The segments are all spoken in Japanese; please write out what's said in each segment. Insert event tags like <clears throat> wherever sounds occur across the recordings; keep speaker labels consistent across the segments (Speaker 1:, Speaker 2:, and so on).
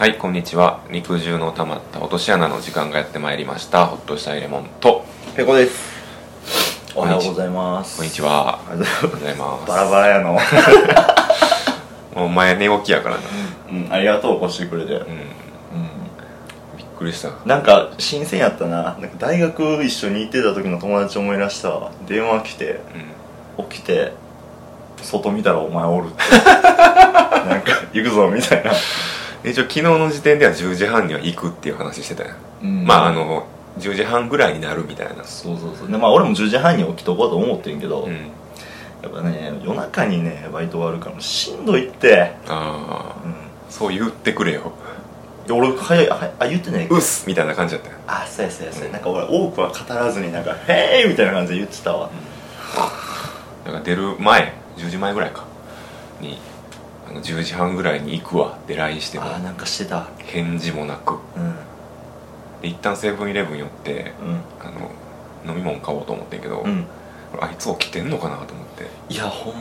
Speaker 1: はいこんにちは肉汁の溜まった落とし穴の時間がやってまいりましたほっとしたいレモンと
Speaker 2: ペコですお
Speaker 1: こん
Speaker 2: は
Speaker 1: にち
Speaker 2: ようございます
Speaker 1: こんにちは
Speaker 2: ありがとうご
Speaker 1: おはようご
Speaker 2: ざい
Speaker 1: ざいま
Speaker 2: ますすバラバラやの
Speaker 1: お前寝起きやからな
Speaker 2: <laughs> うんありがとう越してくれて、うん
Speaker 1: うんびっくりした
Speaker 2: なんか新鮮やったななんか大学一緒に行ってた時の友達思い出したわ電話来て
Speaker 1: う
Speaker 2: 起きて外見たらお前おるって <laughs> なんか行くぞみたいな、
Speaker 1: ん一応昨日の時点では10時半には行くっていう話してたやん、まああの10時半ぐらいになるみたいな
Speaker 2: そうそうそうでまあ俺も10時半に起きとこうと思ってんけど、
Speaker 1: う
Speaker 2: や
Speaker 1: ん
Speaker 2: っぱね夜中にねバイト終わるからしんどいって
Speaker 1: あ
Speaker 2: うん
Speaker 1: あそう言ってくれよ
Speaker 2: で俺早いはあ言ってないっけ
Speaker 1: うっすみたいな感じだったよ
Speaker 2: あそうやそうやそうや、なんか俺多くは語らずになんか「へーみたいな感じで言ってたわ、
Speaker 1: だから出る前10時前ぐらいかにあの10時半ぐらいに行くわって LINE しても
Speaker 2: ああなんかしてた
Speaker 1: 返事もなく
Speaker 2: うん
Speaker 1: で一旦セブンイレブン寄って
Speaker 2: うん
Speaker 1: あの飲み物買おうと思ってんけど、
Speaker 2: うん
Speaker 1: あいつ起きてんのかなと思って
Speaker 2: いやほんま、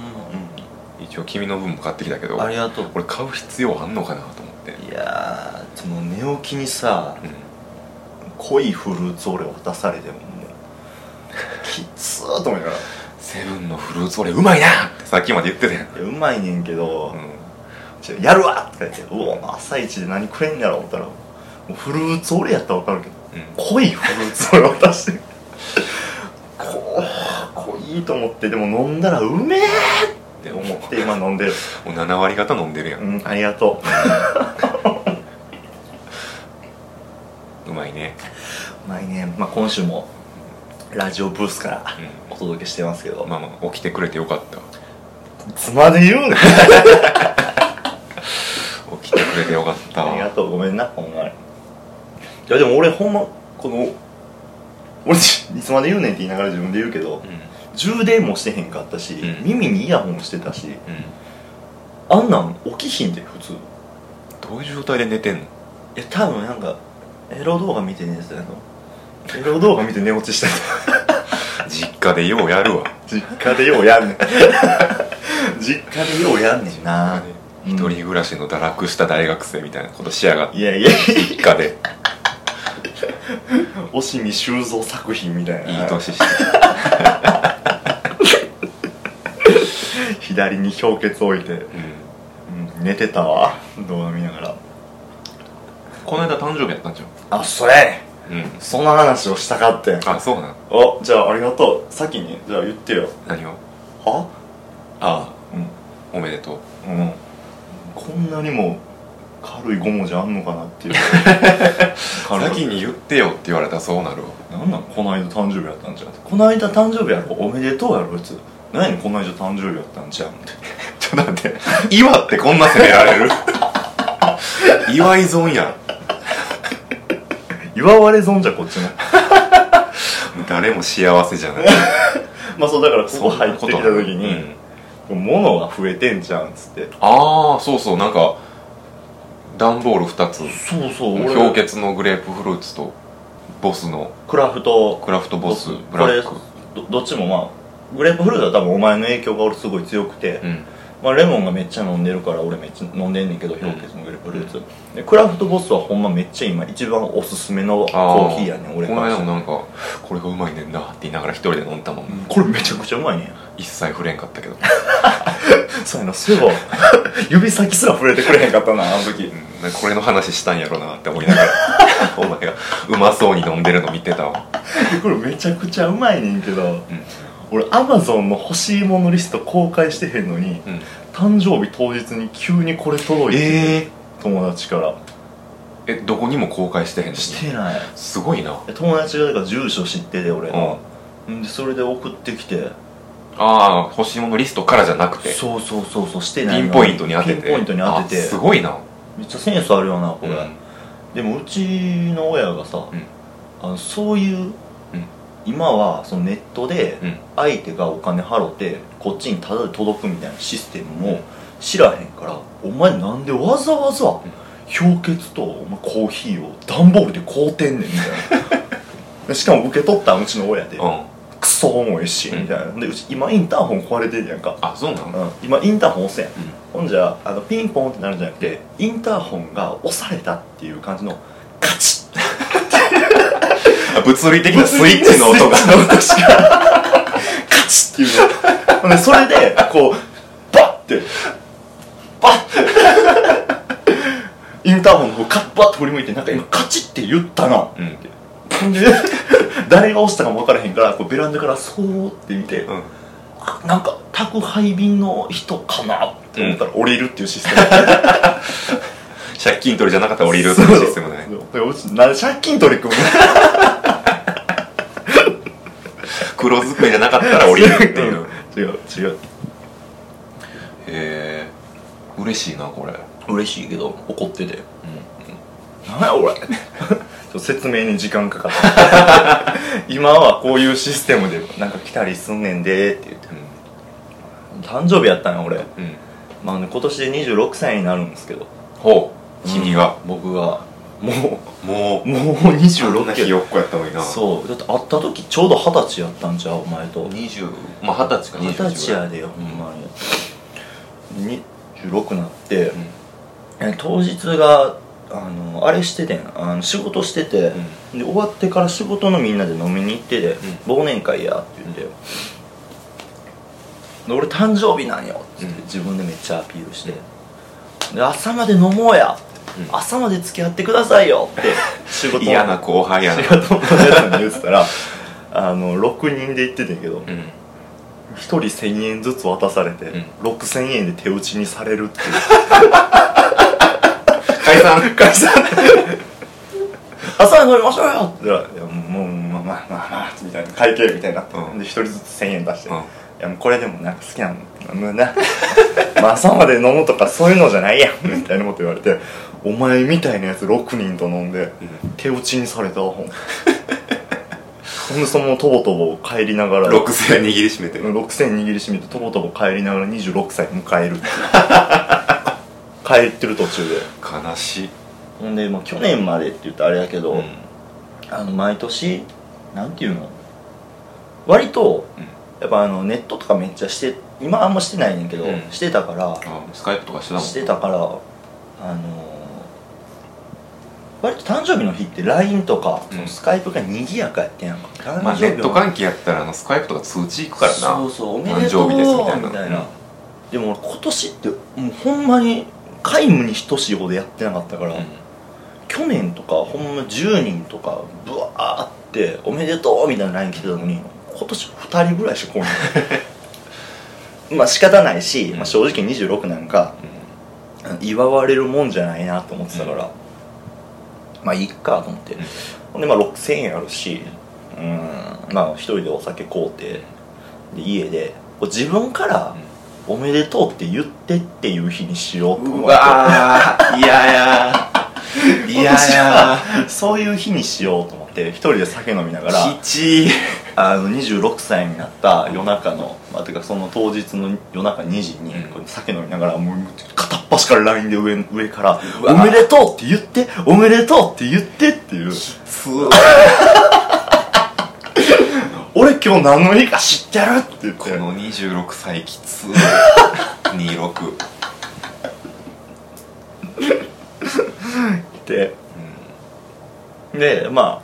Speaker 1: 一応君の分も買ってきたけど
Speaker 2: ありがとう
Speaker 1: これ買う必要あんのかなと思って
Speaker 2: いやーでも寝起きにさ
Speaker 1: うん
Speaker 2: 濃いフルーツ俺渡されてももうきつーと思いながらい
Speaker 1: セブンのフルーツ俺うまいなってさっきまで言ってたやん、
Speaker 2: やうまいねんけど、
Speaker 1: うん、
Speaker 2: ちょやるわとか言って「うお朝一で何くれんやろ」思ったらもうフルーツ俺やったら分かるけど、濃 <laughs> いフルーツ俺渡してこう濃いと思ってでも飲んだらうめえって思って今飲んでる
Speaker 1: もう7割方飲んでるやん、
Speaker 2: うんありがとう
Speaker 1: うまいね、
Speaker 2: 毎年、まあ、今週もラジオブースからお届けしてますけど、
Speaker 1: うん、まあまあ起きてくれてよかった
Speaker 2: 妻で言うね
Speaker 1: 起きてくれてよかった
Speaker 2: <laughs> <laughs> ありがとうごめんなほんまにいやでも俺ほんまこの俺いつまで言うねんって言いながら自分で言うけど、
Speaker 1: うん
Speaker 2: 充電もしてへんかったし、
Speaker 1: うん
Speaker 2: 耳にイヤホンしてたし
Speaker 1: うん
Speaker 2: あんなん起きひんで普通
Speaker 1: どういう状態で寝てんの
Speaker 2: え多分なんかエロ動画見て寝てたのエロ動画見て寝落ちしたりとか
Speaker 1: 実家でようやるわ
Speaker 2: 実家でようや <laughs> んねん実家でようやんねんな
Speaker 1: 一人暮らしの堕落した大学生みたいなことしやがって
Speaker 2: いやいや
Speaker 1: 実家で
Speaker 2: 押見修造作品みたいない
Speaker 1: い年して
Speaker 2: 左に氷結置いて、
Speaker 1: うん
Speaker 2: うん、寝てたわ動画見ながら
Speaker 1: この間誕生日やったんじゃん
Speaker 2: あそれ
Speaker 1: うん
Speaker 2: そんな話をしたかってん
Speaker 1: あそうなん
Speaker 2: おじゃあありがとう先にじゃあ言ってよ
Speaker 1: 何を
Speaker 2: は
Speaker 1: あ
Speaker 2: うん
Speaker 1: あおめでとう
Speaker 2: うん、こんなにも軽い5文字あんのかな <laughs> っていう
Speaker 1: 先に言ってよって言われたらそうなるわ
Speaker 2: なんなんこの間誕生日やったんじゃんこの間誕生日やろおめでとうやろ別に何やねんこの間誕生日やったんじゃんって <laughs>
Speaker 1: ちょっと待って岩ってこんな責められる岩井損や
Speaker 2: 祝われ損じゃこっちの
Speaker 1: ん誰も幸せじゃない
Speaker 2: <laughs> まあそうだからここ
Speaker 1: そん
Speaker 2: 入
Speaker 1: な
Speaker 2: って
Speaker 1: こ
Speaker 2: き
Speaker 1: と
Speaker 2: た
Speaker 1: は
Speaker 2: 時
Speaker 1: う
Speaker 2: に
Speaker 1: ん
Speaker 2: 物が増えてんじゃんっつって
Speaker 1: ああそうそうなんか段ボール2つ
Speaker 2: そうそう
Speaker 1: 氷
Speaker 2: 俺
Speaker 1: 結のグレープフルーツとボスの
Speaker 2: クラフト
Speaker 1: クラフトボスブ
Speaker 2: こ
Speaker 1: ラ
Speaker 2: れ
Speaker 1: ッ
Speaker 2: ど
Speaker 1: ク
Speaker 2: どっちもまあグレープフルーツは多分お前の影響が俺すごい強くて、
Speaker 1: うん
Speaker 2: まあ、レモンがめっちゃ飲んでるから俺めっちゃ飲んでんねんけど氷結のグレープフルーツ、でクラフトボスはほんまめっちゃ今一番おすすめのコ
Speaker 1: あ
Speaker 2: ーヒーやねん俺
Speaker 1: こ
Speaker 2: か
Speaker 1: の
Speaker 2: ら
Speaker 1: 間
Speaker 2: した
Speaker 1: も
Speaker 2: ら
Speaker 1: なんかこれがうまいねんなって言いながら一人で飲んだもん、
Speaker 2: これめちゃくちゃうまいねん
Speaker 1: 一切触れんかったけど、
Speaker 2: そうやなそう
Speaker 1: <laughs>
Speaker 2: いえば指先すら触れてくれへんかったなあの時
Speaker 1: うんなんかこれの話したんやろなって思いながらお前がうまそうに飲んでるの見てたわ
Speaker 2: これめちゃくちゃうまいねんけど
Speaker 1: うん
Speaker 2: 俺アマゾンの欲しいものリスト公開してへんのに
Speaker 1: うん
Speaker 2: 誕生日当日に急にこれ届いて、
Speaker 1: え
Speaker 2: 友達から
Speaker 1: ー、えどこにも公開してへんの
Speaker 2: してない
Speaker 1: すごいな
Speaker 2: 友達がだから住所知ってて俺
Speaker 1: うん
Speaker 2: の、んでそれで送ってきて
Speaker 1: ああ欲しいものリストからじゃなくて
Speaker 2: そうそうそうそうしてな
Speaker 1: ピ
Speaker 2: い
Speaker 1: ン
Speaker 2: の
Speaker 1: ポイントに当てて
Speaker 2: ピンポイントに当てて
Speaker 1: あすごいな
Speaker 2: めっちゃセンスあるよなこれ、
Speaker 1: うん
Speaker 2: でもうちの親がさ、
Speaker 1: うん
Speaker 2: あのそういう、
Speaker 1: うん
Speaker 2: 今はそのネットで
Speaker 1: うん
Speaker 2: 相手がお金払ってこっちにただで届くみたいなシステムも知らへんから、お前なんでわざわざ氷結とお前コーヒ
Speaker 1: <laughs>
Speaker 2: ーを段ボールで買うてんねんみたいなしかも受け取ったんうちの親で、
Speaker 1: うん
Speaker 2: クソ重いし、
Speaker 1: うん
Speaker 2: みたいなでうち今インターホン壊れてるやんか、
Speaker 1: あそうなの、
Speaker 2: うん、今インターホン押せやん、
Speaker 1: うん
Speaker 2: ほんじゃあのピンポンってなるんじゃなくてインターホンが押されたっていう感じのカチッ
Speaker 1: あ物理的なスイッチの音が
Speaker 2: スイッチの音がカチッっ
Speaker 1: <laughs>
Speaker 2: ていうのほんでそれでこうバッてバッてインターホンの方カッバッて振り向いてなんか今カチッって言ったな
Speaker 1: うん
Speaker 2: で誰が押したかも分からへんからこうベランダからそーって見て、
Speaker 1: うん
Speaker 2: あなんか宅配便の人かなって思ったら降りるっていうシステム、
Speaker 1: 借金取りじゃなか <laughs> ったら降りるというシステムだね
Speaker 2: そうでうちな借金取り組む
Speaker 1: 黒ずくめじゃなかったら降りるっていう
Speaker 2: 違う違う
Speaker 1: へえ嬉しいなこれ
Speaker 2: 嬉しいけど怒っててなんや <laughs> 俺ちょっと説明に時間かかった <laughs> 今はこういうシステムでなんか来たりすんねんでって言って
Speaker 1: う
Speaker 2: 誕生日やったんや俺
Speaker 1: んうん、うん、
Speaker 2: まあね今年で26歳になるんですけど
Speaker 1: ほう君が、
Speaker 2: 僕がも
Speaker 1: もう
Speaker 2: うもう
Speaker 1: こん
Speaker 2: 26
Speaker 1: なひ
Speaker 2: 歳
Speaker 1: よっこやったのにな
Speaker 2: そうだって会った時ちょうど二十歳やったんちゃうお前と
Speaker 1: 20まあ二十歳か
Speaker 2: 二十歳やでよ
Speaker 1: う
Speaker 2: ほ
Speaker 1: ん
Speaker 2: んまに26なって、え当日があのあれしててんあの仕事してて、で終わってから仕事のみんなで飲みに行ってて、忘年会やって言って、で俺誕生日なんよって言って、
Speaker 1: うん
Speaker 2: 自分でめっちゃアピールして、で朝まで飲もうや、
Speaker 1: うん
Speaker 2: 朝まで付き合ってくださいよって
Speaker 1: <laughs>
Speaker 2: 仕事
Speaker 1: うん、嫌
Speaker 2: <laughs>
Speaker 1: な後輩やな
Speaker 2: 仕事のやつに言ってたらあの6人で行っててんけど、
Speaker 1: うんうん
Speaker 2: 1人1000円ずつ渡されて、
Speaker 1: ん
Speaker 2: 6000円で手打ちにされるっていう
Speaker 1: 解散 <laughs> 解散
Speaker 2: <laughs> 朝まで飲みましょうよって言ったら「いやもうまあまあまあまあ」みたいな会計みたいになって、
Speaker 1: うん
Speaker 2: で一人ずつ1000円出して「
Speaker 1: うん
Speaker 2: いやもうこれでもなんか好きなの飲むなまあ朝まで飲むとかそういうのじゃないやん」みたいなこと言われて「お前みたいなやつ6人と飲んで
Speaker 1: う
Speaker 2: 手打ちにされたほんほんでそのとぼとぼ帰りながら
Speaker 1: 6000握りしめて
Speaker 2: うん6000握りしめてとぼとぼ帰りながら26歳迎え <laughs> るっていう帰ってる途中で
Speaker 1: 悲しい
Speaker 2: ほんで、まあ、去年までって言ったらあれやけど、
Speaker 1: うん
Speaker 2: あの毎年なんていうの割と
Speaker 1: うん
Speaker 2: やっぱあのネットとかめっちゃして今あんましてないねんけど、
Speaker 1: うん
Speaker 2: してたから
Speaker 1: あスカイプとかしてたもん
Speaker 2: してたからあのー割と誕生日の日って LINE とか、
Speaker 1: うん
Speaker 2: スカイプが賑やかやってんやんか誕生日
Speaker 1: まあ、ネット
Speaker 2: に
Speaker 1: 関係やったらあのスカイプとか通知行くからな
Speaker 2: そうそうおめでとう
Speaker 1: 誕生日ですみたいな
Speaker 2: みたいな、でも俺今年ってもうほんまに皆無に等しいほどやってなかったか
Speaker 1: う
Speaker 2: ら、
Speaker 1: ん
Speaker 2: 去年とかほんま10人とかブワーって「おめでとう」みたいな LINE 来てたのに今年2人ぐらいしか来ない
Speaker 1: <laughs>
Speaker 2: まあ仕方ないし、まあ、正直26なんか祝われるもんじゃないなと思ってたから、まあいいかと思って、
Speaker 1: うん
Speaker 2: ほんでまあ6000円あるしうんまあ一人でお酒買うてで家でこう自分から「おめでとう」って言ってっていう日にしようと
Speaker 1: うん
Speaker 2: 思
Speaker 1: う
Speaker 2: って
Speaker 1: わーいややいや
Speaker 2: 今年
Speaker 1: や
Speaker 2: は <laughs> そういう日にしようと思って一人で酒飲みながら
Speaker 1: 吉
Speaker 2: あの26歳になった夜中の、まあ、てかその当日の夜中2時に
Speaker 1: うん
Speaker 2: こう酒飲みながらもう片っ端から LINE で上上から「
Speaker 1: うわ
Speaker 2: おめでとう」って言って「おめでとう」って言ってっていう
Speaker 1: つ
Speaker 2: 「俺今日何の日か知ってる」って言って
Speaker 1: この26歳きつ26うん
Speaker 2: ででまあ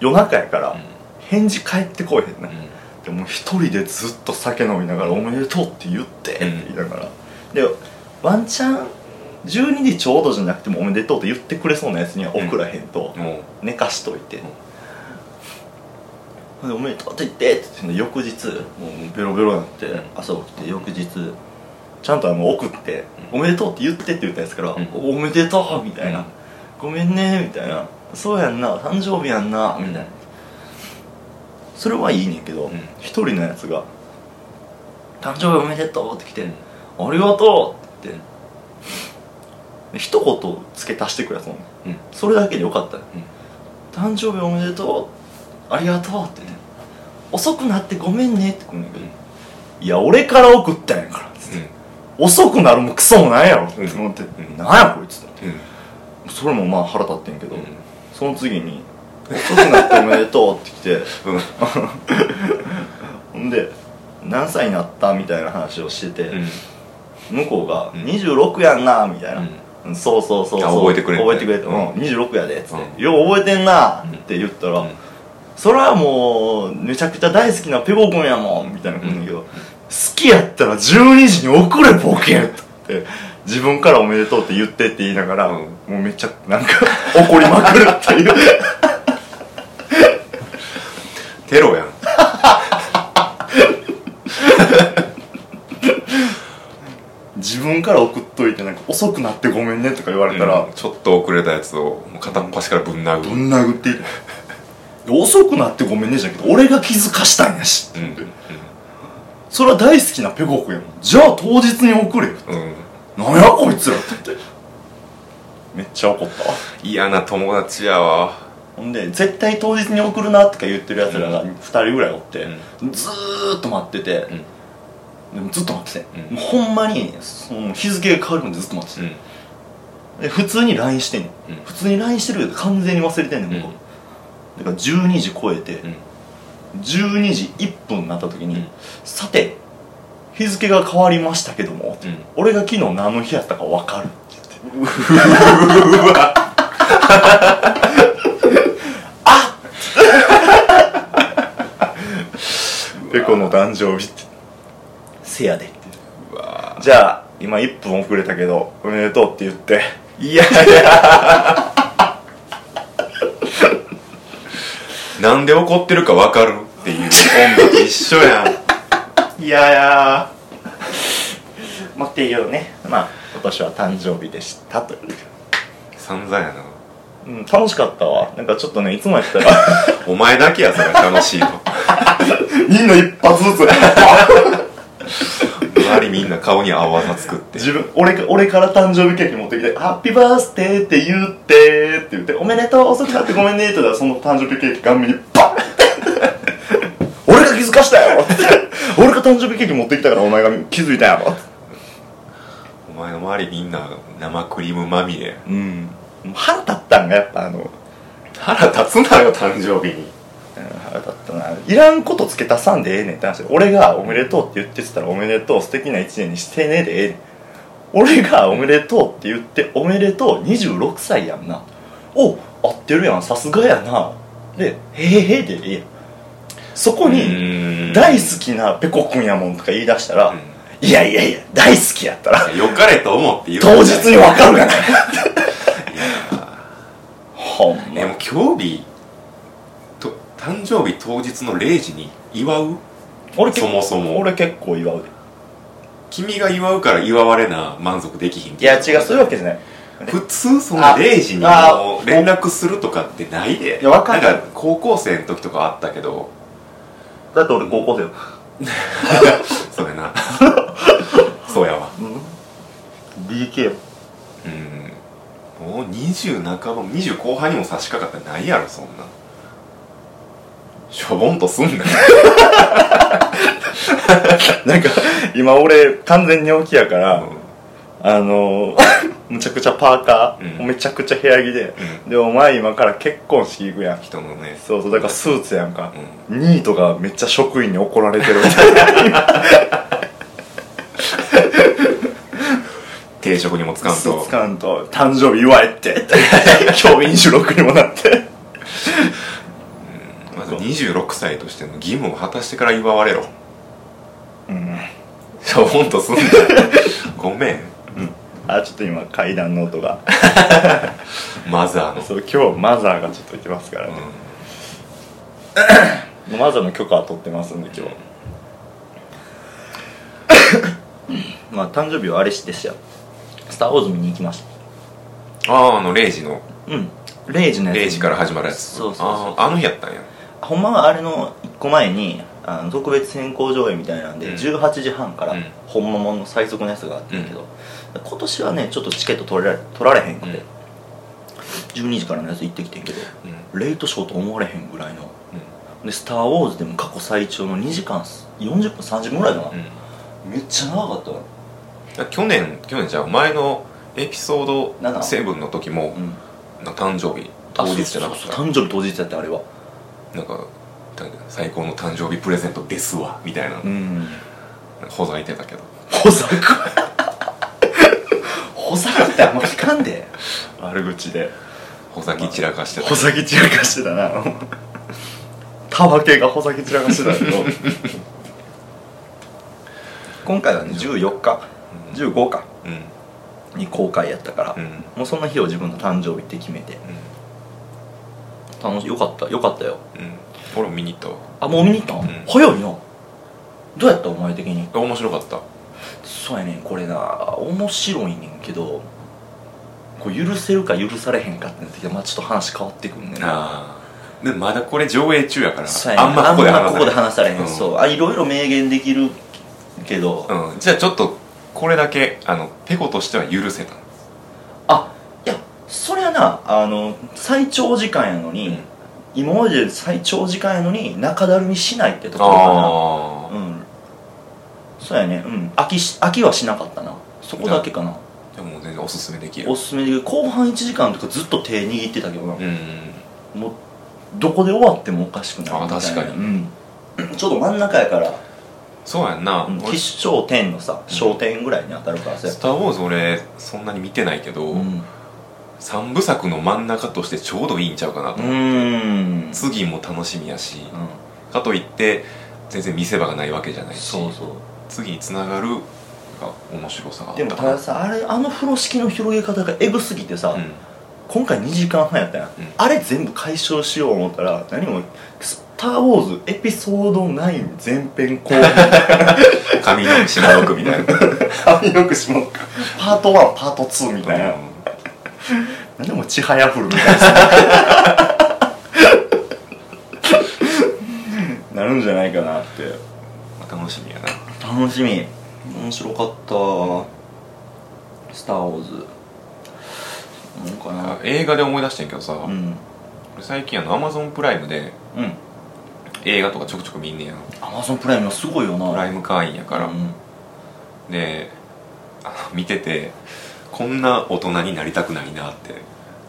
Speaker 2: 夜中やから返事返ってこいへんな、
Speaker 1: うん
Speaker 2: でもう一人でずっと酒飲みながら「おめでとう」って言ってって言いながら、でワンチャン12時ちょうどじゃなくても「おめでとう」って言ってくれそうなやつには送らへんと、
Speaker 1: もう
Speaker 2: 寝かしといて、でおめでとう」って言ってって言って翌日もうベロベロになって
Speaker 1: うん
Speaker 2: 朝起きて翌日ちゃんとあの送って「おめでとう」って言ってって言ったやつから「
Speaker 1: うん
Speaker 2: おめでとう」みたいな、
Speaker 1: うん
Speaker 2: ごめんね」みたいな「そうやんな誕生日やんな」みたいな、
Speaker 1: うん
Speaker 2: それはいいねんけど
Speaker 1: ん
Speaker 2: 一、人のやつが「誕生日おめでとう」って来て「ありがとう」って言ってで一言付け足してくれたの
Speaker 1: うん
Speaker 2: それだけでよかったよ
Speaker 1: うん
Speaker 2: 誕生日おめでとうありがとうってね遅くなってごめんねって来んねんけど、いや俺から送ったんやからつって、遅くなるもクソもないやろって思って、
Speaker 1: うん
Speaker 2: なんやこいつって
Speaker 1: うんうん
Speaker 2: それもまあ腹立ってんけど、
Speaker 1: うん
Speaker 2: その次に遅くなっておめでとうって来て
Speaker 1: うん
Speaker 2: ほんで何歳になったみたいな話をしてて、
Speaker 1: うん
Speaker 2: 向こうが
Speaker 1: う
Speaker 2: 「
Speaker 1: ん
Speaker 2: 26やんな」みたいな、うんそうそうそうそう
Speaker 1: あ覚えてくれて
Speaker 2: 覚えてくれて「うん
Speaker 1: うん
Speaker 2: 26やで」っつって「
Speaker 1: うん
Speaker 2: よう覚えてんな」って言ったら、
Speaker 1: うん
Speaker 2: それはもうめちゃくちゃ大好きなペコ君やもん」みたいなこと言うんだけど、好きやったら12時に送れボケ!」って自分から「おめでとう」って言ってって言いながら、
Speaker 1: うん
Speaker 2: もうめっちゃなんか怒りまくるっていう
Speaker 1: テロやん
Speaker 2: 自分から送っといてなんか遅くなってごめんねとか言われたら、
Speaker 1: うんちょっと遅れたやつをもう片っ端からぶん殴る
Speaker 2: ぶん殴っていく遅くなってごめんねじゃんけど俺が気づかしたんやし、
Speaker 1: うん
Speaker 2: それは大好きなペコ君やもんじゃあ当日に送れよ
Speaker 1: うんうん
Speaker 2: なんやこいつらって言ってめっちゃ怒ったわ
Speaker 1: 嫌な友達やわ
Speaker 2: ほんで絶対当日に送るなとか言ってるやつらが2人ぐらいおって、ずーっと待ってて、でもずっと待ってて、
Speaker 1: うん
Speaker 2: もうほんまにその日付が変わるまでずっと待ってて、
Speaker 1: うん
Speaker 2: で普通に LINE してんの、
Speaker 1: うん
Speaker 2: 普通に LINE してるけど完全に忘れてんの、僕
Speaker 1: うん
Speaker 2: だから12時超えて、
Speaker 1: うん
Speaker 2: 12時1分になった時に、
Speaker 1: うん
Speaker 2: さて日付が変わりましたけども、
Speaker 1: うん
Speaker 2: 俺が昨日何の日やったか分かるって言ってうわあペコの誕生日ってせやでって
Speaker 1: うわ
Speaker 2: じゃあ今1分遅れたけどおめでとうって言って
Speaker 1: いやいやなんで怒ってるか分かるっていう音楽一緒やん <laughs>
Speaker 2: いやいやまあっていうねまあ今年は誕生日でしたという、
Speaker 1: 散々やな
Speaker 2: うん、楽しかったわなんかちょっとねいつもやったら <laughs>
Speaker 1: お前だけやそれ楽しいの
Speaker 2: みんな一発ずつ
Speaker 1: 周りみんな顔に青あざ作って
Speaker 2: <laughs> 自分俺か俺から誕生日ケーキ持ってきて「ハッピーバースデーって言って」って言って「おめでとう遅くなってごめんね」って言ったらその誕生日ケーキ顔面にバッ <laughs> 俺が気づかしたよって <laughs> 俺が誕生日ケーキ持ってきたからお前が気づいたんやろ
Speaker 1: お前の周りみんな生クリームまみれ
Speaker 2: うん腹立ったんがやっぱあの
Speaker 1: 腹立つなよ誕生日に
Speaker 2: うん腹立ったないらんこと付け足さんでええねんって話俺が「おめでとう」って言ってたら「おめでとう素敵な一年にしてね」でええねん俺が「おめでとう」って言って「おめでとう26歳やんな」お合ってるやんさすがやなで「へへへ」でええやんそこに「
Speaker 1: に
Speaker 2: 大好きなペコくんやもん」とか言い出したら「いやいやいや大好きやったら
Speaker 1: よかれと思って言う
Speaker 2: 当日に分かるがな」ほんま
Speaker 1: でも今日日と誕生日当日の0時に祝う
Speaker 2: 俺結
Speaker 1: そもそも
Speaker 2: 俺結構祝うで
Speaker 1: 君が祝うから祝われな満足できひん
Speaker 2: いや違うそういうわけじゃない
Speaker 1: 普通その
Speaker 2: あ
Speaker 1: 0時に
Speaker 2: あ
Speaker 1: もう連絡するとかってないで
Speaker 2: いやわかる
Speaker 1: なんか高校生の時とかあったけど <laughs>
Speaker 2: だって俺高校生よ
Speaker 1: それな <laughs> そうやわ
Speaker 2: BK
Speaker 1: うんもう20半ば20後半にも差し掛かったらないやろそんなしょぼんとすんなよ
Speaker 2: なんか今俺完全に起きやから、
Speaker 1: うん
Speaker 2: あのー、 <laughs> むちゃくちゃパーカー、
Speaker 1: うん
Speaker 2: めちゃくちゃ部屋着で、
Speaker 1: う
Speaker 2: でお前今から結婚式行くやん
Speaker 1: 人のね
Speaker 2: そうそうだからスーツやんか
Speaker 1: う、ん
Speaker 2: ニートがめっちゃ職員に怒られてるみたいな
Speaker 1: 定職にもつかん
Speaker 2: スー
Speaker 1: と
Speaker 2: ツ感と誕生日祝えって
Speaker 1: <laughs>
Speaker 2: 今日飲酒録にもなって
Speaker 1: まず26歳としての義務を果たしてから祝われろ
Speaker 2: うん
Speaker 1: しょぼんとすんなよごめん
Speaker 2: あちょっと今階段の音が
Speaker 1: マザーの
Speaker 2: そう今日マザーがちょっと来てますからね、
Speaker 1: う
Speaker 2: マザーの許可は取ってますんで今日 <coughs> まあ誕生日はあれしてしたよスター・ウォーズ見に行きました
Speaker 1: んあああの0時の
Speaker 2: うん0時のやつ
Speaker 1: 0時から始まるやつ
Speaker 2: そうそうそう
Speaker 1: あーあの日やったんや
Speaker 2: ほんまはあれの1個前にあの特別先行上映みたいなんで、
Speaker 1: うん
Speaker 2: 18時半から
Speaker 1: うん
Speaker 2: 本物の最速のやつがあったんやけど、今年はねちょっとチケット取られ取られへんくて、12時からのやつ行ってきてんけど
Speaker 1: うんうん
Speaker 2: レイトショーと思われへんぐらいので「スター・ウォーズ」でも過去最長の2時間40分30分ぐらいかな、
Speaker 1: うん
Speaker 2: めっちゃ長かったわ
Speaker 1: だから去年去年じゃあ前のエピソード
Speaker 2: なんだ
Speaker 1: 7の時も
Speaker 2: うん
Speaker 1: の誕生日当日じゃなかっ
Speaker 2: そう
Speaker 1: た
Speaker 2: そう誕生日当日やったあれは
Speaker 1: なんかた最高の誕生日プレゼントですわみたいな、
Speaker 2: ん
Speaker 1: ほざいてたけど
Speaker 2: ほざく <laughs> ほざくってあんま聞かんで悪口で
Speaker 1: ほざき散らかしてた
Speaker 2: ほざき散らかしてたなたわけがほざき散らかしてたけど今回はね14日
Speaker 1: うん
Speaker 2: 15日
Speaker 1: うんうん
Speaker 2: に公開やったから、
Speaker 1: うん
Speaker 2: もうその日を自分の誕生日って決めて楽しよかったよかったよ
Speaker 1: うん俺も見に行ったわ
Speaker 2: あもう見に行ったん、
Speaker 1: うん
Speaker 2: 早いなどうやったお前的に
Speaker 1: あ面白かった
Speaker 2: そうやねんこれな面白いねんけどこう許せるか許されへんかってなってきてまあちょっと話変わってくんねん
Speaker 1: ああでもまだこれ上映中やから
Speaker 2: そうやね
Speaker 1: あんまここで
Speaker 2: あんまここで話されへん、
Speaker 1: うん
Speaker 2: そうあいろいろ明言できるけど、
Speaker 1: うんじゃあちょっとこれだけあのペコとしては許せた
Speaker 2: あいやそりゃなあの最長時間やのに、
Speaker 1: うん
Speaker 2: 今までで最長時間やのに中だるみしないってところか
Speaker 1: あ
Speaker 2: なうんそうやねうん飽きし飽きはしなかったなそこだけかな
Speaker 1: あでも全然おすすめできる
Speaker 2: おすすめで後半1時間とかずっと手握ってたけどな、
Speaker 1: うん
Speaker 2: もうどこで終わってもおかしくな
Speaker 1: あ
Speaker 2: いみたいな
Speaker 1: 確かに
Speaker 2: うん、ちょっと真ん中やから
Speaker 1: そうやんな、
Speaker 2: うん
Speaker 1: 俺
Speaker 2: 吉祥天のさ商店ぐらいに当たるからさ、
Speaker 1: スター・ウォーズ俺そんなに見てないけど、
Speaker 2: うん
Speaker 1: 三部作の真ん中としてちょうどいいんちゃうかな
Speaker 2: う
Speaker 1: と、
Speaker 2: ーん
Speaker 1: 次も楽しみやし、
Speaker 2: うん
Speaker 1: かといって全然見せ場がないわけじゃないし
Speaker 2: そうそう
Speaker 1: 次につながるなんか面白さがあっ
Speaker 2: でも
Speaker 1: た
Speaker 2: た
Speaker 1: かな
Speaker 2: ださあれあの風呂敷の広げ方がエグすぎてさ、
Speaker 1: うん
Speaker 2: 今回2時間半やったやん、
Speaker 1: ん
Speaker 2: あれ全部解消しよう思ったら何も「スター・ウォーズ」エピソード9前編 <laughs> 後編
Speaker 1: 髪の品の奥みたいな
Speaker 2: 髪のくしもパート1パート2みたいな、
Speaker 1: うん
Speaker 2: なんでもちはやふるみたいなさなるんじゃないかなって
Speaker 1: 楽しみやな
Speaker 2: 楽しみ面白かった「スター・ウォーズ」なんかな
Speaker 1: あ映画で思い出してんけどさ、
Speaker 2: うん
Speaker 1: 俺最近あのアマゾンプライムで
Speaker 2: うん
Speaker 1: 映画とかちょくちょく見んねや
Speaker 2: アマゾンプライムはすごいよな
Speaker 1: プライ
Speaker 2: ム
Speaker 1: ム会員やから、
Speaker 2: うん、
Speaker 1: であの見ててこんな大人になりたくないなって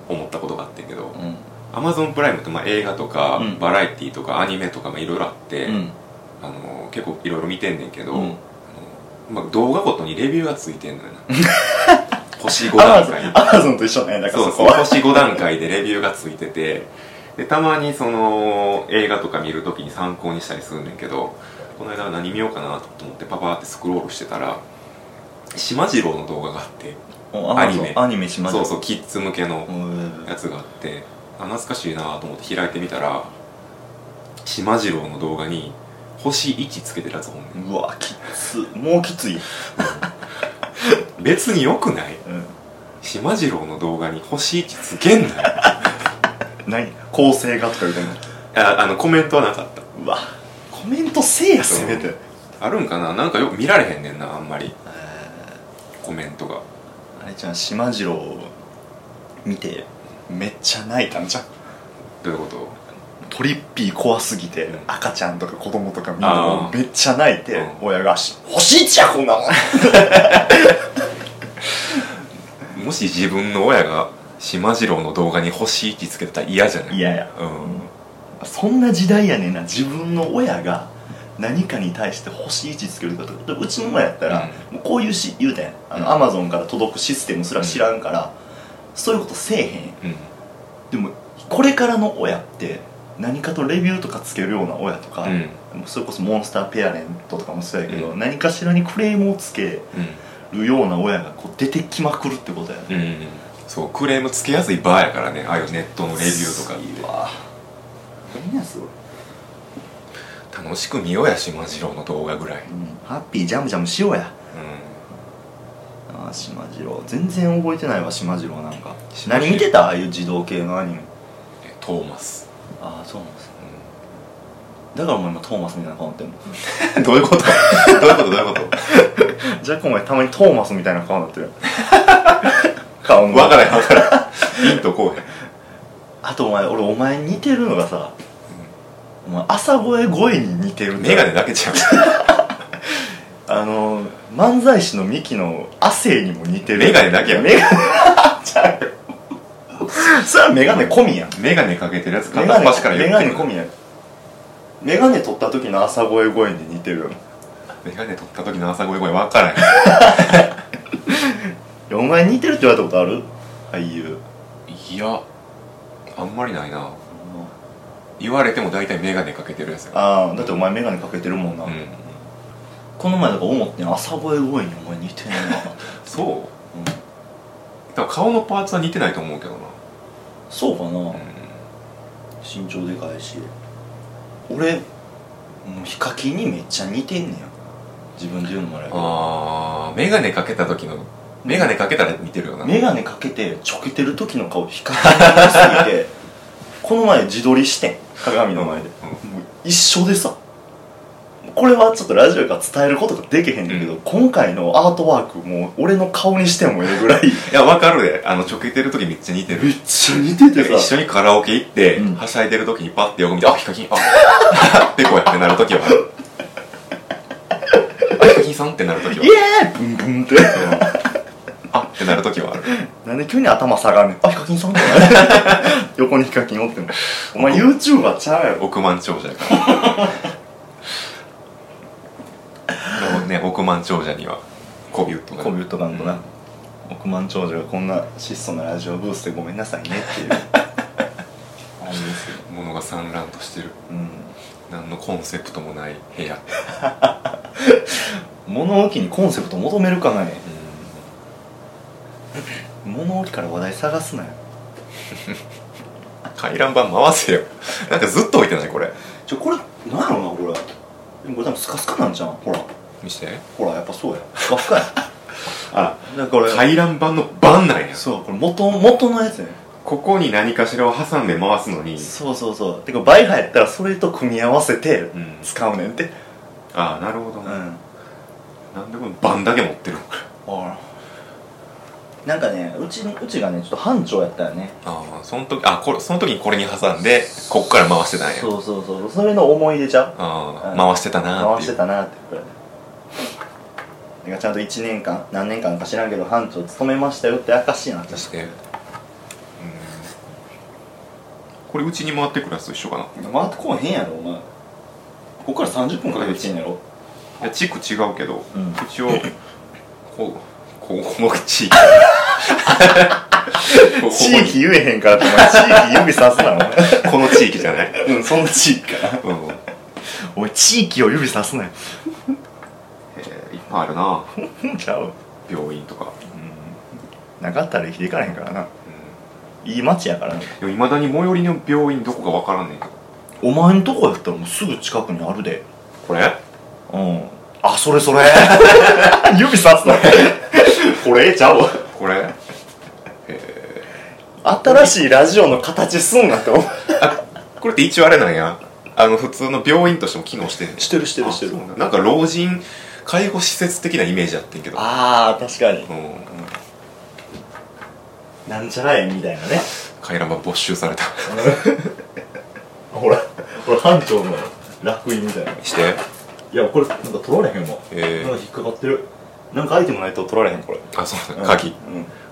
Speaker 1: 思ったことがあってんけど、
Speaker 2: うん
Speaker 1: アマゾンプライムってまあ映画とか、
Speaker 2: うん
Speaker 1: バラエティとかアニメとかまあいろいろあって、
Speaker 2: うん
Speaker 1: あの結構いろいろ見てんねんけど、
Speaker 2: うん
Speaker 1: あのまあ、動画ごとにレビューがついてんのよ
Speaker 2: <laughs>
Speaker 1: な星5
Speaker 2: アマ
Speaker 1: 段
Speaker 2: ゾン
Speaker 1: 階
Speaker 2: アマゾンと一緒ねだから
Speaker 1: そうそ
Speaker 2: そこ
Speaker 1: う
Speaker 2: は
Speaker 1: 星5段階でレビューがついててでたまにその映画とか見るときに参考にしたりするんねんけどこの間は何見ようかなと思ってパパーってスクロールしてたら島次郎の動画があって
Speaker 2: うんアマゾン
Speaker 1: アニメ
Speaker 2: アニメしまし
Speaker 1: そ
Speaker 2: ょ
Speaker 1: うそうキッズ向けの
Speaker 2: ん
Speaker 1: やつがあってあ懐かしいなと思って開いてみたら島次郎の動画に星1つけてるやつほんね
Speaker 2: うわきつもうきつい、
Speaker 1: ん別によくない
Speaker 2: うん、
Speaker 1: 島次郎の動画に星1つけんなよ <laughs>
Speaker 2: 何構成がとか言うてんの
Speaker 1: ああのコメントはなかった
Speaker 2: うわコメントせえやせめて、
Speaker 1: あるんかななんかよく見られへんねんなあんまりコメントが
Speaker 2: あれちゃん島次郎を見てめっちゃ泣いたんじゃん
Speaker 1: どういうこと
Speaker 2: トリッピー怖すぎて
Speaker 1: うん
Speaker 2: 赤ちゃんとか子供とかみん
Speaker 1: あ
Speaker 2: な
Speaker 1: ー
Speaker 2: めっちゃ泣いて
Speaker 1: う
Speaker 2: 親が「欲しいっちゃこんなもん!」
Speaker 1: もし自分の親が島次郎の動画に星1つけてたら嫌じゃない
Speaker 2: いやいや
Speaker 1: うん
Speaker 2: そんな時代やねんな自分の親が何かに対して欲しい位置つけるかとかうちの親やったら、もうこういうし言うたやんあの、アマゾンから届くシステムすら知らんから、そういうことせえへん
Speaker 1: うん
Speaker 2: でもこれからの親って何かとレビューとかつけるような親とか、
Speaker 1: うん
Speaker 2: それこそモンスターペアレントとかもそうやけど、
Speaker 1: う
Speaker 2: 何かしらにクレームをつけ
Speaker 1: う
Speaker 2: るような親がこう出てきまくるってことやね、
Speaker 1: んうんそうクレームつけやすいバーやからねああいうネットのレビューとか
Speaker 2: いいわ何やそれ、
Speaker 1: 楽しく見ようや島次郎の動画ぐらい
Speaker 2: うん、ハッピージャムジャムしようや
Speaker 1: う
Speaker 2: ああ島次郎全然覚えてないわ島次郎なんか
Speaker 1: 島次郎
Speaker 2: 何見てたああいう児童系のアニメ
Speaker 1: んえトーマス、
Speaker 2: ああそうなんですだからもう今トーマスみたいな顔になってん
Speaker 1: <laughs>
Speaker 2: の
Speaker 1: どういうこと <laughs> どういうことどういうこ
Speaker 2: ジャックお前たまにトーマスみたいな顔になってる <laughs> 顔
Speaker 1: <laughs> と
Speaker 2: も
Speaker 1: 分からへん分からへんヒントこうへん
Speaker 2: あとお前俺お前似てるのがさ、お前朝声声に似てる
Speaker 1: 眼鏡だけちゃう
Speaker 2: あの漫才師のミキの亜生にも似てる
Speaker 1: メガネだけや
Speaker 2: メガネちゃうよ
Speaker 1: ことする
Speaker 2: <laughs> それはメガネ込みやん
Speaker 1: 眼鏡かけてるやつ片
Speaker 2: メガ
Speaker 1: っ
Speaker 2: ネ
Speaker 1: 端から
Speaker 2: メ
Speaker 1: 言っ
Speaker 2: ガ
Speaker 1: て
Speaker 2: ネ
Speaker 1: く
Speaker 2: 込
Speaker 1: る
Speaker 2: みやんメガネ取った時の朝声声に似てるよね
Speaker 1: メガネ取った時の朝声声分からへん
Speaker 2: いやお前似てるって言われたことある俳優
Speaker 1: いやあんまりないな言われても大体眼鏡かけてるやつや
Speaker 2: ああだってお前メガネかけてるもんな、
Speaker 1: うん
Speaker 2: この前だから思ってん朝声声にお前似てるな、
Speaker 1: そう
Speaker 2: うん、
Speaker 1: 多分顔のパーツは似てないと思うけどな
Speaker 2: そうかな、
Speaker 1: う
Speaker 2: 身長でかいし俺もうヒカキンにめっちゃ似てんねや自分で言うのもあれやけ
Speaker 1: んあー眼鏡かけた時の眼鏡かけたら似てるよな
Speaker 2: ど眼鏡かけてちょけてる時の顔ヒカキンに似すぎてこの前自撮りしてん鏡の前で、もう一緒でさこれはちょっとラジオから伝えることができへんねんけど、今回のアートワークもう俺の顔にしてもええぐらい
Speaker 1: いや分かるであのちょけてる時めっちゃ似て
Speaker 2: め
Speaker 1: る
Speaker 2: っちゃ似てて
Speaker 1: 一
Speaker 2: さ
Speaker 1: 緒にカラオケ行って、
Speaker 2: うん
Speaker 1: はしゃいでる時にパッて横見て「あヒカキンあってこうやってなる時はあ
Speaker 2: <laughs>
Speaker 1: るあヒカキンさんってなる時
Speaker 2: 「
Speaker 1: は
Speaker 2: イエーイブンブン」って
Speaker 1: あるあってなる時はある
Speaker 2: なんで急に頭下がんねんあヒカキンさんって <laughs> 横にヒカキンおってんのお前 YouTuber ちゃうやろ
Speaker 1: 億万長者やから <laughs> でもね億万長者にはコビウッドが
Speaker 2: コビュートガンとな億万長女がこんな質素なラジオブースでごめんなさいねって <laughs> いうあれですけど
Speaker 1: 物が散乱としてる
Speaker 2: うん
Speaker 1: 何のコンセプトもない部屋
Speaker 2: 物置にコンセプト求めるかない物置から話題探すなよ
Speaker 1: 回覧板回せよなんかずっと置いてないこれ
Speaker 2: ちょこれなんやろなこれでもこれ多分スカスカなんじゃんほら
Speaker 1: 見して
Speaker 2: ほらやっぱそうやスカスカや
Speaker 1: あ
Speaker 2: だからこれ
Speaker 1: 回覧板の番なんや
Speaker 2: そうこれ元元のやつね
Speaker 1: ここに何かしらを挟んで回すのに
Speaker 2: そうそうそうてかバイハやったらそれと組み合わせて
Speaker 1: うん
Speaker 2: 使うねんって
Speaker 1: ああなるほど
Speaker 2: う
Speaker 1: な、
Speaker 2: ん
Speaker 1: なんでこの番だけ持ってるの
Speaker 2: あらなんかねうちうちがねちょっと班長やったよね
Speaker 1: ああその時あこれその時にこれに挟んでこっから回してたんや
Speaker 2: そうそうそうそれの思い出ちゃう
Speaker 1: ああ
Speaker 2: うん
Speaker 1: 回してたなーって
Speaker 2: 回し
Speaker 1: いう
Speaker 2: てたなってこれなんかちゃんと1年間何年間か知らんけど班長務めましたよって証になった
Speaker 1: そ
Speaker 2: し
Speaker 1: してうんこれうちに回ってくるやつと一緒かな
Speaker 2: 回ってこうへんやろお前ここから30分かけて来てんやろ
Speaker 1: いや地区違うけど、
Speaker 2: うん
Speaker 1: 一応こうこうこの地域 <laughs> ここ
Speaker 2: 地域言えへんからってお前地域指さすなお前
Speaker 1: この地域じゃない、
Speaker 2: <laughs> うんそんな地域かな
Speaker 1: うん、え
Speaker 2: おい地域を指さすなよ
Speaker 1: ーいっぱいあるな
Speaker 2: ちゃう
Speaker 1: 病院とか、
Speaker 2: なかったら生きていかれへんからな
Speaker 1: う、
Speaker 2: いい町やからなん
Speaker 1: でもいまだに最寄りの病院どこかわからんねんけど
Speaker 2: お前んとこやったらもうすぐ近くにあるで
Speaker 1: これ
Speaker 2: うんあそれそれ <laughs> 指さすな <laughs> これちゃうわ
Speaker 1: これ
Speaker 2: 新しいラジオの形すんなって思う
Speaker 1: これって一応あれなんやあの普通の病院としても機能してんねん
Speaker 2: てるして
Speaker 1: あそうなんなんか老人介護施設的なイメージやってんけど
Speaker 2: ああ確かに
Speaker 1: うん
Speaker 2: なんちゃらえみたいなね
Speaker 1: 回覧板没収された
Speaker 2: ほらほら班長の楽印みたいない
Speaker 1: して
Speaker 2: やこれなんか取られへんもん
Speaker 1: えー
Speaker 2: なんか引っかかってるなんかアイテムないと取られへんこれ
Speaker 1: あそうなんだ鍵、
Speaker 2: うん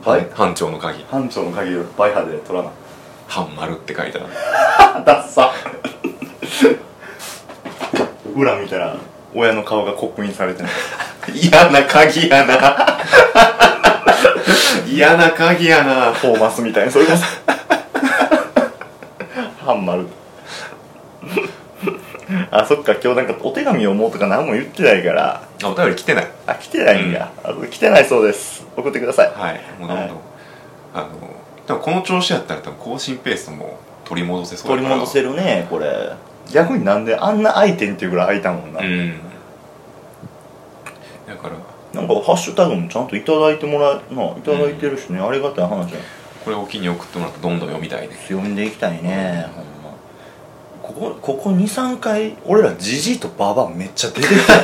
Speaker 2: はい
Speaker 1: 班長の鍵
Speaker 2: 班長の鍵をバイハで取らな <laughs>
Speaker 1: 「半丸」って書いたら
Speaker 2: ダッサ裏見たら親の顔が刻印されてない <laughs>
Speaker 1: 嫌な鍵やな嫌な鍵やな
Speaker 2: フォーマスみたいなそれこそ <laughs> ハンマル <laughs> あそっか今日なんかお手紙をもうとか何も言ってないから
Speaker 1: あお便り来てない
Speaker 2: あ来てないんだ、あ来てないそうです送ってください
Speaker 1: はいもうどんどん、
Speaker 2: は
Speaker 1: あの多分この調子やったら多分更新ペースも取り戻せそう
Speaker 2: 取り戻せ
Speaker 1: る
Speaker 2: るねこれ逆になんであんな空いてんっていうぐらい空いたもんな、
Speaker 1: うんだから
Speaker 2: なんかハッシュタグもちゃんといただいてもらうないただいてるしね、ありがたい話や
Speaker 1: これを機に送ってもらってどんどん読みたいね
Speaker 2: 強みでいきたいね、ほんまここここ23回俺らジジイとババアめっちゃ出てき <laughs> たいや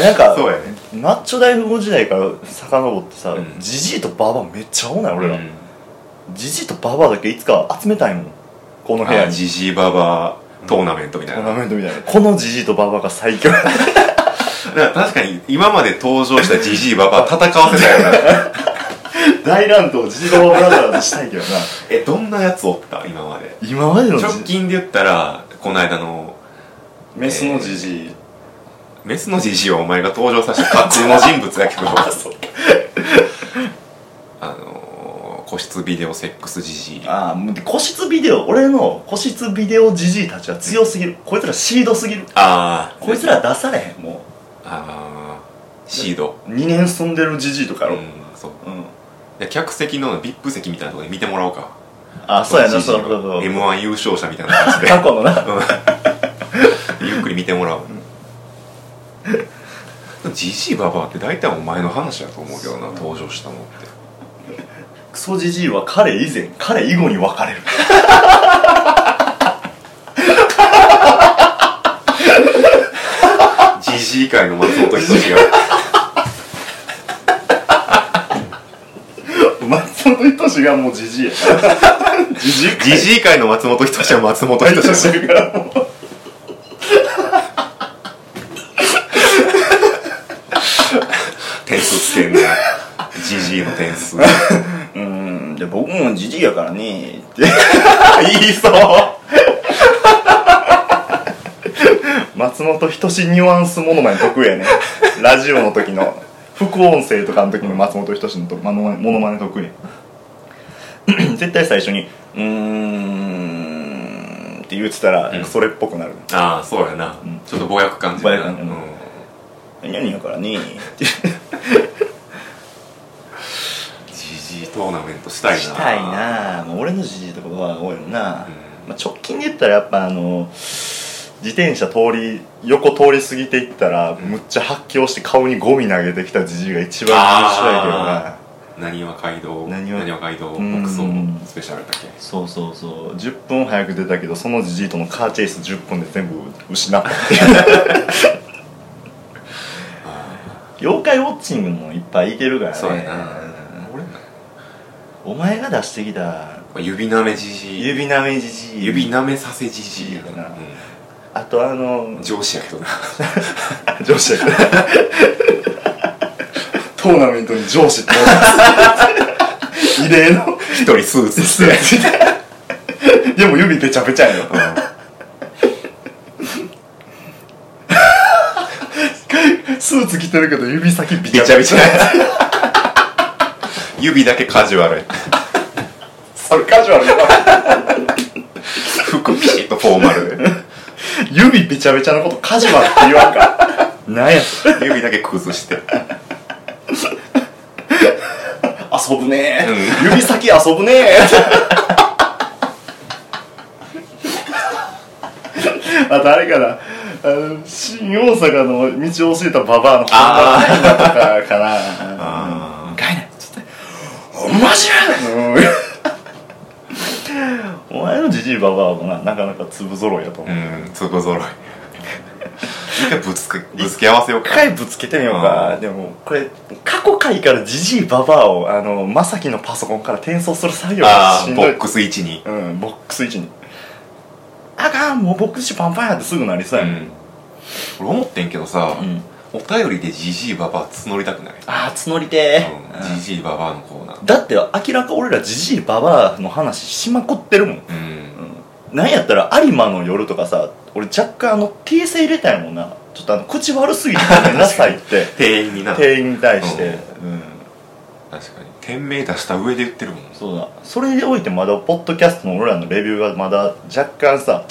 Speaker 2: なんか
Speaker 1: そうやね
Speaker 2: マッチョ大富豪時代から遡ってさ
Speaker 1: うん
Speaker 2: ジジイとババアめっちゃ合うない俺ら
Speaker 1: うん
Speaker 2: ジジイとババアだけいつか集めたいもんこの部屋
Speaker 1: あ
Speaker 2: に
Speaker 1: ジジイババアトーナメントみた
Speaker 2: ト
Speaker 1: い
Speaker 2: ー
Speaker 1: な、
Speaker 2: ナメントみたいなこのジジイとババアが最 <laughs>
Speaker 1: <laughs>
Speaker 2: 強
Speaker 1: だから確かに今まで登場したジジイババア戦わせたよな
Speaker 2: 大乱闘ジローブラザーズしたいけどな
Speaker 1: えどんなやつおった今まで
Speaker 2: 今までのじ
Speaker 1: 直近で言ったらこの間の
Speaker 3: メスのジジイ、
Speaker 1: メスのジジイをお前が登場させた架空の人物だけ
Speaker 2: <laughs>
Speaker 1: どあのー個室ビデオセックスジジイ
Speaker 2: ああもう個室ビデオ俺の個室ビデオジジイたちは強すぎるこいつらシードすぎる
Speaker 1: あー
Speaker 2: こいつら出されへんも
Speaker 1: あーシード
Speaker 2: う2年住んでるジジイとか
Speaker 1: う
Speaker 2: やろ
Speaker 1: んそう
Speaker 2: うん
Speaker 1: で客席の VIP 席みたいなところで見てもらおうか
Speaker 2: あそうや
Speaker 1: ジ
Speaker 2: な
Speaker 1: ジイの
Speaker 2: そうそうそう
Speaker 1: m 1優勝者みたいな感じ
Speaker 2: <laughs>
Speaker 1: で
Speaker 2: 過去のな
Speaker 1: うんゆっくり見てもらうジジイババアって大体お前の話だと思うけどな登場したのって
Speaker 2: クソジジイは彼以前彼以後に分かれる
Speaker 1: ジジイ界の松本人志が
Speaker 2: 松本人志がもうジジイ <laughs> やからジジイ
Speaker 1: ジジイ界の松本人志は松本
Speaker 2: バイ
Speaker 1: 人
Speaker 2: ト
Speaker 1: 志
Speaker 2: してるからもう
Speaker 1: <laughs> 点数つけんなジジイの点数いう
Speaker 2: ーんで僕もジジイやからね <laughs> って言いそう松本人志ニュアンスものまね得意やねラジオの時の副音声とかの時の松本人志のとものまね <clears throat> 得意や絶対最初に「うーん」って言ってたら、
Speaker 1: うん
Speaker 2: それっぽくなる
Speaker 1: <laughs> ああそうやな、
Speaker 2: ん
Speaker 1: ちょっとぼやく感じだ
Speaker 2: ぼ
Speaker 1: な
Speaker 2: やく感じ
Speaker 1: うん
Speaker 2: 「何々やからね」って
Speaker 1: ジジイトーナメントしたいな
Speaker 2: したいなもう俺のじじいとかは多いもんな、
Speaker 1: う
Speaker 2: まあ、直近で言ったらやっぱあの自転車通り横通り過ぎていったら、むっちゃ発狂して顔にゴミ投げてきたじじいが一番面白いけどな
Speaker 1: あなにわ街道
Speaker 2: な
Speaker 1: な
Speaker 2: に
Speaker 1: に
Speaker 2: わ
Speaker 1: わ街道
Speaker 2: うん
Speaker 1: 牧草のスペシャルだっけ
Speaker 2: そうそうそう10分早く出たけどそのじじいとのカーチェイス10分で全部失
Speaker 1: <laughs>
Speaker 2: った妖怪ウォッチングもいっぱいいてるからね
Speaker 1: そうやな俺なんか
Speaker 2: お前が出してきた
Speaker 1: 指なめじじい
Speaker 2: 指なめじじい
Speaker 1: 指なめさせじじいや
Speaker 2: いいな
Speaker 1: な、
Speaker 2: あとあの
Speaker 1: うん、上司やけどな
Speaker 2: 上司やからトーナメントに上司って異例の
Speaker 1: 一人スーツして
Speaker 2: でも指べちゃべちゃやよスーツ着てるけど指先び
Speaker 1: びちゃびちゃ指だけカジュアル
Speaker 2: それカジュアルだ
Speaker 1: 服ピシッとフォーマル
Speaker 2: 指べちゃべちゃのことカジュアルって言わんかなんや
Speaker 1: で指だけ崩して
Speaker 2: 遊ぶね
Speaker 1: う
Speaker 2: 指先遊ぶね <laughs> あとあれかなあの新大阪の道を教えたババアの
Speaker 1: あ
Speaker 2: 本場とかかな
Speaker 1: あ
Speaker 2: ガイナちょっと面白いうんお前のジジイババアもななかなか粒揃いやと思う、
Speaker 1: うん粒ぞろい一回ぶつけぶつけ合わせよう
Speaker 2: 一
Speaker 1: か
Speaker 2: 回ぶつけてみようか、
Speaker 1: うん
Speaker 2: でもこれ過去回からジジイババアをあのまさきのパソコンから転送する作業が
Speaker 1: あ
Speaker 2: し
Speaker 1: あ
Speaker 2: ん
Speaker 1: ボ
Speaker 2: どい
Speaker 1: ックス1に
Speaker 2: うんボックス1にあかんもうボックス1パンパンやってすぐなりそうやん、
Speaker 1: 俺思ってんけどさ、
Speaker 2: うん
Speaker 1: お便りでジジイババア募りたくない
Speaker 2: ああ募りてーうん
Speaker 1: ジジイババアのコーナー
Speaker 2: だって明らか俺らジジイババアの話しまくってるもん
Speaker 1: うん
Speaker 2: なんやったら有馬の夜とかさ俺若干あの訂正入れたいもんなちょっとあの口悪すぎてごめんなさいって
Speaker 1: 店員にな確
Speaker 2: 店員に対してうん、
Speaker 1: かに店名出した上で言ってるもん
Speaker 2: そうだそれでおいてまだポッドキャストの俺らのレビューがまだ若干さ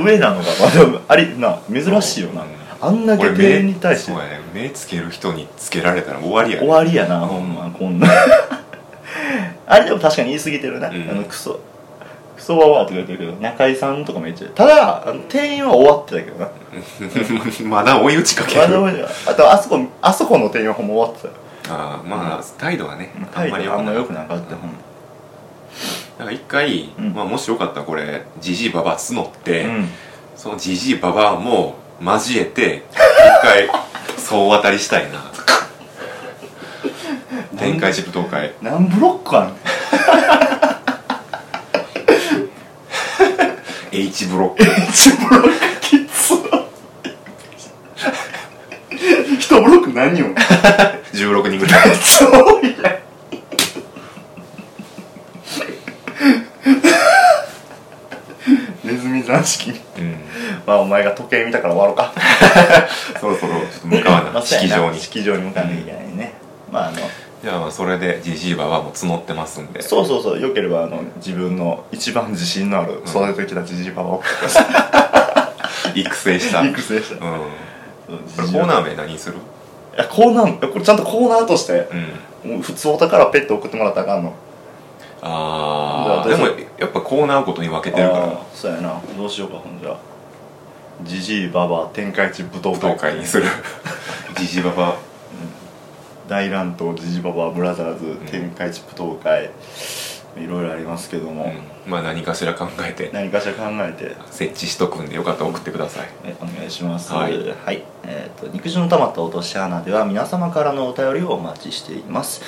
Speaker 2: 上なのがまだありな珍しいよな
Speaker 1: うん
Speaker 2: あんだけ店員に対して
Speaker 1: そうやね目つける人につけられたら終わりやね
Speaker 2: <laughs> 終わりやなほんまこんな <laughs> あれでも確かに言い過ぎてるな、
Speaker 1: うん
Speaker 2: あのクソクソワワーって言われてるけど中居さんとかめっちゃただあの店員は終わってたけど
Speaker 1: <laughs>
Speaker 2: な
Speaker 1: <laughs> まだ追い打ちかけ
Speaker 2: まだ
Speaker 1: る
Speaker 2: まだあとあそこあそこの店員はほんま終わって
Speaker 1: あーまあ態度はね
Speaker 2: たよ
Speaker 1: あんま
Speaker 2: 態
Speaker 1: り良く
Speaker 2: 度があん
Speaker 1: な
Speaker 2: ま
Speaker 1: い
Speaker 2: 良くなかったほんま
Speaker 1: だから一回、
Speaker 2: うん
Speaker 1: まあ、もしよかったらこれジジイババア募って、
Speaker 2: うん
Speaker 1: そのジジイババアも交え
Speaker 2: <laughs>
Speaker 1: て一回総当たりしたいな展開し舞踏会
Speaker 2: 何ブロックあんの
Speaker 1: H ブロック
Speaker 2: <laughs> 一ブロックきつ <laughs> 一ブロック何よ
Speaker 1: 16人ぐらい
Speaker 2: そういや話聞いて
Speaker 1: うん、
Speaker 2: まあお前が時計見たから終わろうか
Speaker 1: そろそろちょっと向かわ
Speaker 2: <laughs> ま
Speaker 1: な
Speaker 2: あ
Speaker 1: 式場に
Speaker 2: 式場に向かわなきゃいけないね、まああの
Speaker 1: じゃあまあそれでジジイバはもう募ってますんで
Speaker 2: そうそうそうよければあの自分の一番自信のある育ててきたじじばばを <laughs>
Speaker 1: 育成した
Speaker 2: いくつでし
Speaker 1: うん
Speaker 2: た
Speaker 1: こ
Speaker 2: そう
Speaker 1: れコ
Speaker 2: ジジイ
Speaker 1: ー
Speaker 2: バ
Speaker 1: ナー名何にする
Speaker 2: いやコーナーいやこれちゃんとコーナーとして
Speaker 1: う、ん
Speaker 2: もう普通お宝ペット送ってもらったらあかんの
Speaker 1: ああ
Speaker 2: じ
Speaker 1: で
Speaker 2: ゃあど
Speaker 1: も
Speaker 2: うぞ
Speaker 1: やっぱコーナーごとに分けてるか
Speaker 2: あ
Speaker 1: ら
Speaker 2: ーそうやなどうしようかほんじゃじじいばば天下一武道
Speaker 1: 舞踏会にする <laughs> ジジイババ
Speaker 2: 大乱闘じじばばブラザーズ、天下一武道会いろいろありますけども、
Speaker 1: うんまあ何かしら考えて
Speaker 2: 何かしら考えて
Speaker 1: 設置しとくんでよかったら送ってください
Speaker 2: えお願いします
Speaker 1: はい
Speaker 2: いえー、と肉汁の溜まった落とし穴では皆様からのお便りをお待ちしています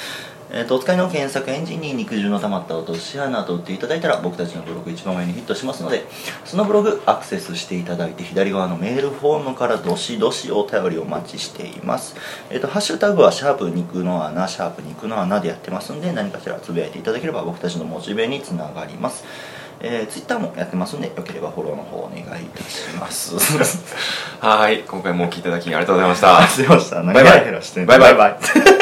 Speaker 2: えー、とお使いの検索エンジンに肉汁の溜まった落とし穴と打っていただいたら僕たちのブログ一番上にヒットしますのでそのブログアクセスしていただいて左側のメールフォームからどしどしお便りお待ちしていますえっ、とハッシュタグはシャープ肉の穴シャープ肉の穴でやってますんで何かしらつぶやいていただければ僕たちのモチベにつながりますえー、ツイッターもやってますんでよければフォローの方お願いいたします
Speaker 1: はーい今回もお聞きいただきありがとうございました
Speaker 2: すいました。
Speaker 1: バイバイ
Speaker 2: ヘラしてんの
Speaker 1: バイバイ
Speaker 2: バイバイ